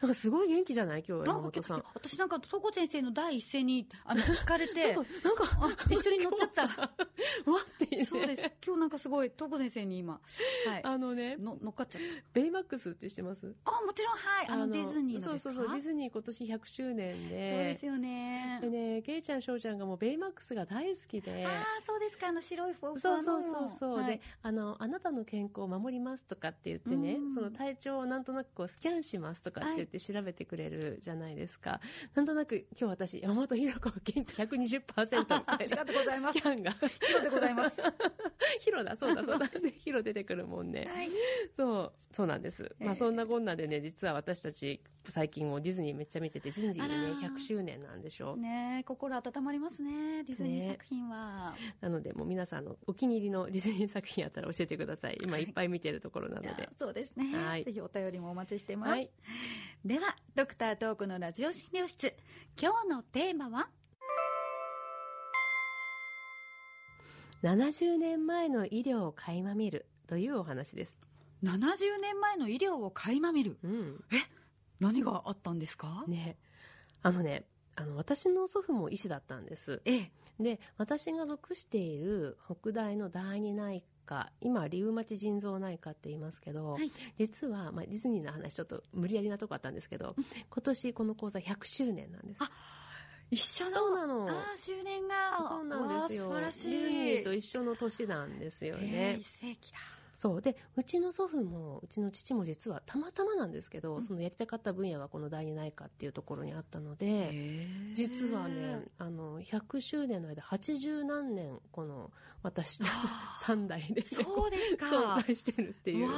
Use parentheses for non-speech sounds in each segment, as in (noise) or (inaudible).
なんかすごい元気じゃない今日、山なん本かさん。私なんか、東子先生の第一声に、あの、(laughs) 聞かれて、なんか、あ一緒に乗っち (laughs) ゃった。うわって言って。 (laughs) そうです。今日なんかすごい、東子先生に今、はい。あのね、の乗っかっちゃっベイマックスってしてますた。あ、もちろん、はい。あの、ディズニーのですそかうそうそう、ディズニー今年100周年で。そうですよね。でね、ケイちゃん、翔ちゃんがもうベイマックスが大好きであ。あ、そうですか。あの、白いフォークそうそうそうそう、はいであの「あなたの健康を守ります」とかって言ってね、うんその体調をなんとなくこうスキャンしますとかって言って調べてくれるじゃないですか、なんとなく今日私山本ひろ子元気120%みあたりいながとうございまスすキ。ャンがヒロでございます。は (laughs) ヒロだそうだ (laughs) そうだでヒロ出てくるもんねい。そうそうなんです、えまえあ、そんなこんなでね実は私たち最近もディズニーめっちゃ見ててディズニーあらね100周年なんでしょねえ心温まりますね。ディズニーね作品は。なのでもう皆さんのお気に入りのディズニー作品あったら教えてください今はいいっぱい見てるところなのいで、やそうですね、はいぜひお便りもお待ちしてます。はいでは、ドクタートークのラジオ診療室。今日のテーマは70年前の医療を垣間見るというお話です。 70年前の医療を垣間見る。うん、何があったんですか、ね、あのね、あの私の祖父も医師だったんです。ええ。で、私が属している北大の第二内科、今リウマチ腎臓内科って言いますけど、はい実はまあディズニーの話ちょっと無理やりなとこあったんですけど、今年この講座100周年なんです。あ一緒の。そうなの。ああ、周年が。そうなんですよ。わあ素晴ディズニーとらしい。一緒の年なんですよね。ええ一世紀だ。そうでうちの祖父もうちの父も実はたまたまなんですけど、うんそのやりたかった分野がこの第二内科っていうところにあったので、実はねあの100周年の間80何年この私とあ3代で (laughs) そうですか。存在してるっていうわ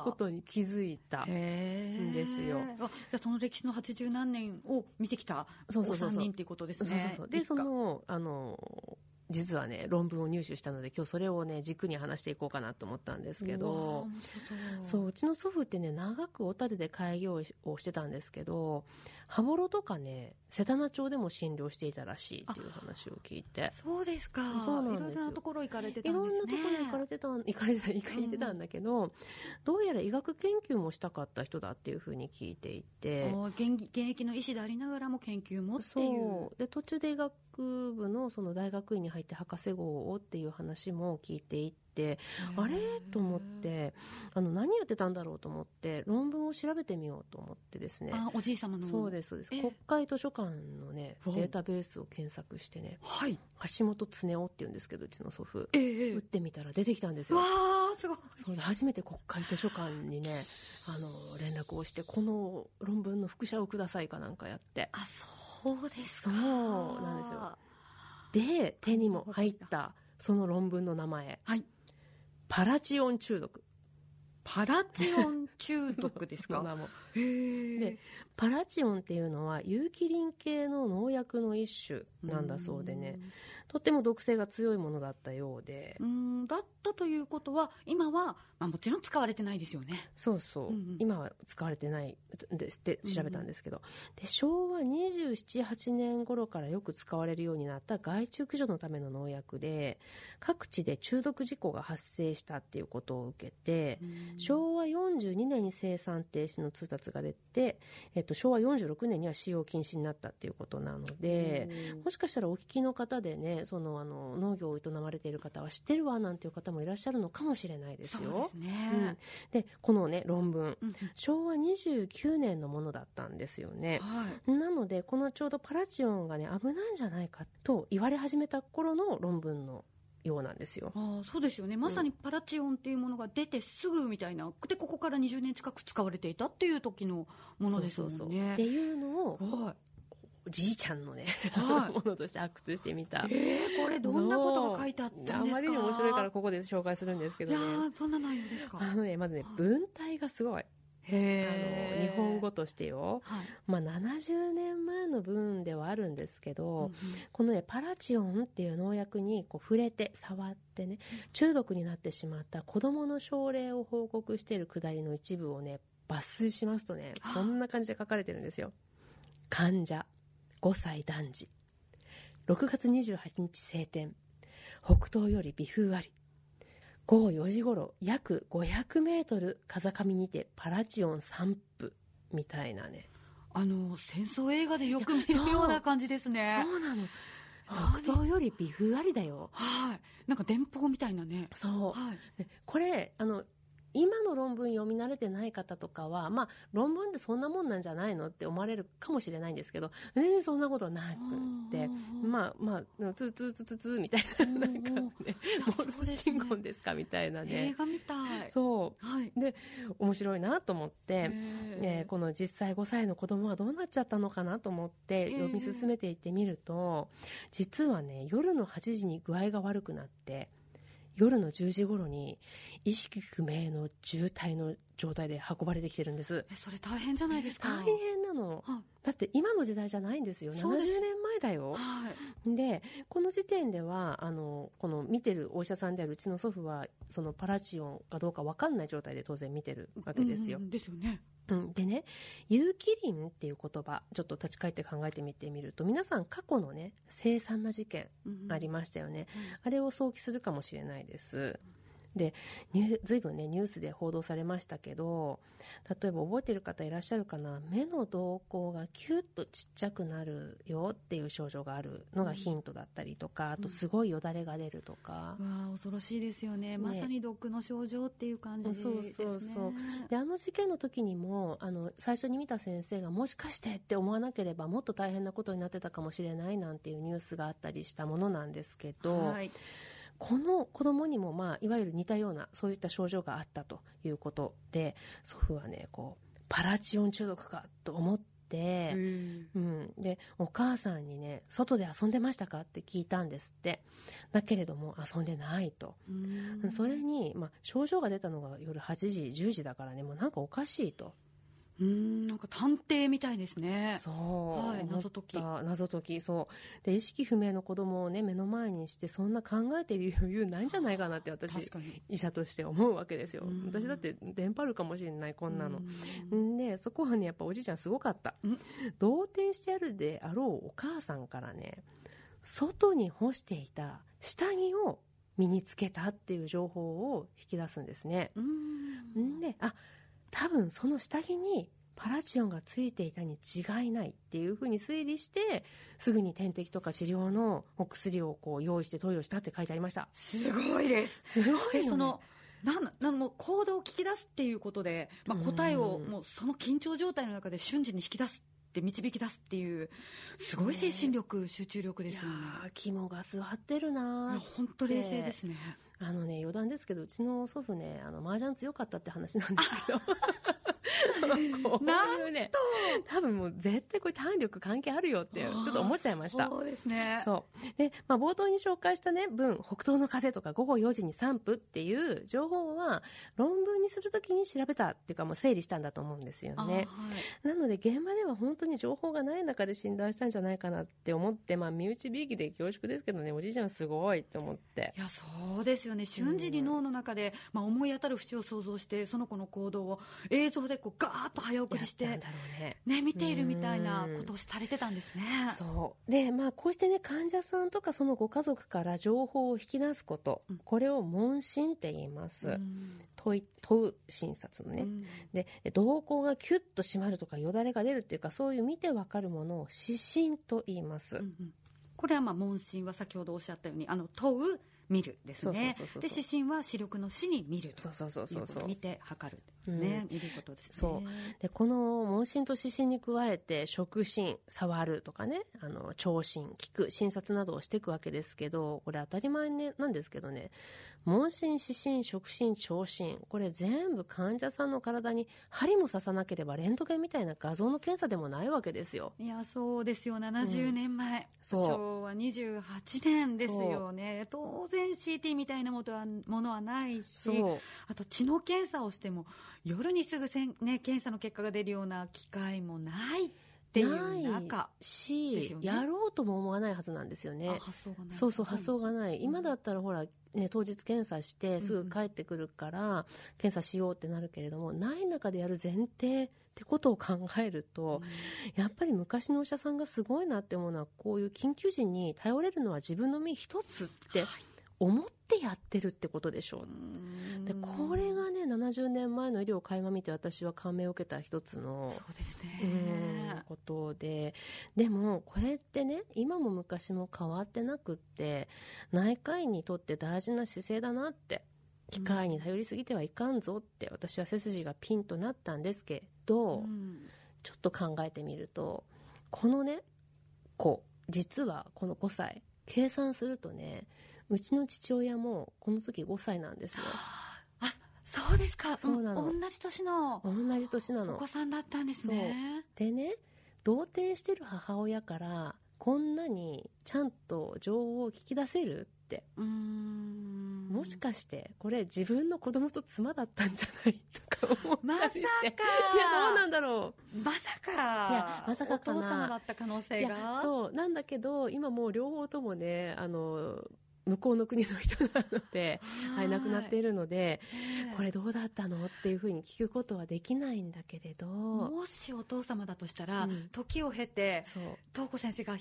あことに気づいた。へえんですよあじゃあその歴史の80何年を見てきたそうそうそうお三そう人っていうことですそうね。そうそうで一家そのあの実はね論文を入手したので今日それをね軸に話していこうかなと思ったんですけうわあど。面白そそうううちの祖父ってね長く小樽で開業をしてたんですけど羽幌とかね世田谷町でも診療していたらしいっていう話を聞いてそうですか。そうなんですよいろいろなところ行かれてたいんろんでなすとこね。ろに行かれてたん行かれてた行かれてたんだけど、どうやら医学研究もしたかった人だっていうふうに聞いていて。お現現役の医師でありながらも研究もっていう。そうで途中で医学部のその大学院に入って博士号をっていう話も聞いていってあれと思っ。てあの何やってたんだろうと思って論文を調べてみようと思ってですねあおじい様の。そうですそうですええ国会図書館のねわおデータベースを検索してねはい。橋本常夫っていうんですけどうちの祖父ええ打ってみたら出てきたんですわよあすごい。それで初めて国会図書館にねあの連絡をしてこの論文の複写をくださいかなんかやってあそうですそか。うなんですよ。で手にも入ったその論文の名前はい。パラチオン中毒パラチオン中毒です (laughs) そのか。名もへえでパラチオンっていうのは有機リン系の農薬の一種なんだそうでねとっても毒性が強いものだったようで、うん。うんだったということは今は、まあ、もちろん使われてないですよね。そうそう、うんうん今は使われてないですって調べたんですけど、で昭和278年頃からよく使われるようになった害虫駆除のための農薬で各地で中毒事故が発生したっていうことを受けて、昭和42年に生産停止の通達が出て、えっと、昭和46年には使用禁止になったっていうことなので。うんもしかしたらお聞きの方でね、そのあの農業を営まれている方は知ってるわなんていう方もいらっしゃるのかもしれないですそうよ。ですうんね。、で、このね、論文、うん昭和29年のものだったんですよね。はい。なので、このちょうどパラチオンがね、危ないんじゃないかと言われ始めた頃の論文のようなんですよ。ああそうですよねまさにパラチオンっていうものが出てすぐみたいなでここから20年近く使われていたっていう時のものですもんねそうそうそうっていうのを、はじいちゃんのね、は (laughs) いものとして発掘してみたい、。えー、これどんなことが書いてあったんですかあまりに面白いからここで紹介するんですけいどやね。ーどんな内容ですかあのね、まずねはい、文体がすごい。あのへ日本語としてよ、はい、まあ、70年前の文ではあるんですけど、うんうんこのねパラチオンっていう農薬にこう触れて触ってね中毒になってしまった子どもの症例を報告しているくだりの一部をね抜粋しますとねあこんな感じで書かれてるんですよ患者5歳男児6月28日晴天北東より微風あり午後4時頃約500メートル風上にてパラチオン散布みたいなね。あの戦争映画でよく見るような感じですねそうなの。あ白桃より微風ありだよ。はいなんか電報みたいなねそう。はいでこれあの今の論文読み慣れてない方とかは、まあ、論文ってそんなもんなんじゃないのって思われるかもしれないんですけど全然そんなことなくてまあまあツーツーツーツーツーみたいあななんか (laughs) ねモールス信号ですかみたいな映ね画みたいそはい、う面白いなと思って、えーえこの実際5歳の子供はどうなっちゃったのかなと思ってえ読み進めていってみると、実はね夜の8時に具合が悪くなって夜の10時頃に意識不明の重体の状態で運ばれてきてるんですえそれ大変じゃないですか大変なのはだって今の時代じゃないんですよ70そうです年前だよはいでこの時点ではあのこの見てるお医者さんであるうちの祖父はそのパラチオンかどうか分かんない状態で当然見てるわけですようんうんですよねうん、でね「有機林」っていう言葉ちょっと立ち返って考えてみてみると皆さん過去のね凄惨な事件ありまましたよね、す、あれを想起するかもしれないですでニュずいぶんねニュースで報道されましたけど例えば覚えてる方いらっしゃるかな目の瞳孔がキュッとちっちゃくなるよっていう症状があるのがヒントだったりとか、あとすごいよだれが出るとか、うんわあ恐ろしいですよねねまさに毒の症状っていう感じですねそうそうそうであの事件の時にもあの最初に見た先生がもしかしてって思わなければもっと大変なことになってたかもしれないなんていうニュースがあったりしたものなんですけど、はいこの子供にも、まあ、いわゆる似たようなそういった症状があったということで祖父はねこうパラチオン中毒かと思って。うんうん、でお母さんにね「外で遊んでましたか?」って聞いたんですってだけれども遊んでないとうんそれに、まあ、症状が出たのが夜8時10時だからねもうなんかおかしいとうんなんか探偵みたいですねそう、はい思っ謎解きた謎解きそうで意識不明の子供をね目の前にしてそんな考えてる余裕ないんじゃないかなって確私かに医者として思うわけですようん私だって電波あるかもしれないここんなの。んでそこはねやっぱおじいちゃんすごかったうん同転してあるであろうお母さんからね外に干していた下着を身につけたっていう情報を引き出すんですね。うんんであ多分その下着にパラチオンがついていたに違いないっていうふうに推理してすぐに点滴とか治療のお薬をこう用意して投与したって書いてありましたすごいですすごいよ、でね、そのなんなんもう行動を聞き出すっていうことで、まあ、答えをうんもうその緊張状態の中で瞬時に引き出すって導き出すっていうすごい精神力、集中力でいやすよねー肝が据わってるいやな本当冷静ですねあのね余談ですけどうちの祖父ねあの麻雀強かったって話なんですけど (laughs) こういうね多分もう絶対これ体力関係あるよってちょっと思っちゃいましたそうですねそう。で、まあ、冒頭に紹介したね、文、北東の風とか午後4時に散布っていう情報は、論文にするときに調べたっていうか、もう整理したんだと思うんですよあーね。はいなので、現場では本当に情報がない中で診断したんじゃないかなって思って、まあ、身内びいきで恐縮ですけどね、おじいちゃんすごいって思って。いやそうですよね瞬時に脳の中で、まあ、思い当たる節を想像してその子の行動を映像でこうガーッと早送りしやてったんだろうね。ね、見ているみたいなことをされてたんですね。そうでまあこうしてね患者さんとかそのご家族から情報を引き出すこと、うんこれを問診って言います、ん問い問う診察のね、うんで瞳孔がキュッと締まるとかよだれが出るっていうかそういう見てわかるものを視診と言います、うんうんこれはまあ問診は先ほどおっしゃったようにあの問う見るですねそうそうそうそうで視診は視力の視に見るとそうそうそういそううこそとう見て測る、うんね見ることですねそでこの問診と視診に加えて触診触るとかねあの聴診聞く診察などをしていくわけですけどこれ当たり前、ね、なんですけどね問診視診触診聴診これ全部患者さんの体に針も刺さなければレントゲンみたいな画像の検査でもないわけですよいやそうですよ70年前、そう昭和28年ですよね当然 CT みたいなもとはものはないしそうあと血の検査をしても夜にすぐせん、ね、検査の結果が出るような機会もないっていう中ないし、ですよねやろうとも思わないはずなんですよねあ発想がないそうそう発想がない、ん今だったらほら、ね、当日検査してすぐ帰ってくるから、検査しようってなるけれどもない中でやる前提ってことを考えると、やっぱり昔のお医者さんがすごいなって思うのはこういう緊急時に頼れるのは自分の身一つって思ってやってるってことでしょううでんこれがね70年前の医療を垣間見て私は感銘を受けた一つのそうですうんねことででもこれってね今も昔も変わってなくって内科医にとって大事な姿勢だなって機械に頼りすぎてはいかんぞって私は背筋がピンとなったんですけど、うんちょっと考えてみるとこのね子実はこの5歳計算するとねうちの父親もこの時5歳なんですよあそうですかそうなのん同じ年の同じ年なおの子さんだったんですねでね同棲してる母親からこんなにちゃんと情報を聞き出せるってうーんもしかしてこれ自分の子供と妻だったんじゃないとか思っまたさりかして、いやどうなんだろまさかいやまさかおかな父様だった可能うい性やがそうなんだけど今もう両方ともねあの向こうの国の人なので、はい、亡くなっているのでこれどうだったのっていうふうに聞くことはできないんだけれど、もしお父様だとしたら、うん時を経てそう、東子先生が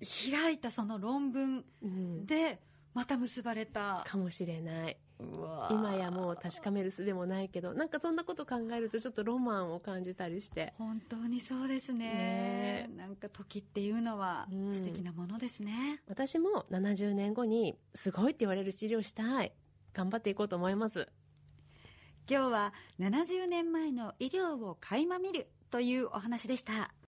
ひ開いたその論文うん、でまた結ばれた、かもしれない。うわー今やもう確かめる術でもないけどなんかそんなこと考えるとちょっとロマンを感じたりして本当にそうですねねなんか時っていうのはうん素敵なものですね、私も70年後にすごいって言われる治療したい頑張っていこうと思います今日は70年前の医療を垣間見るというお話でした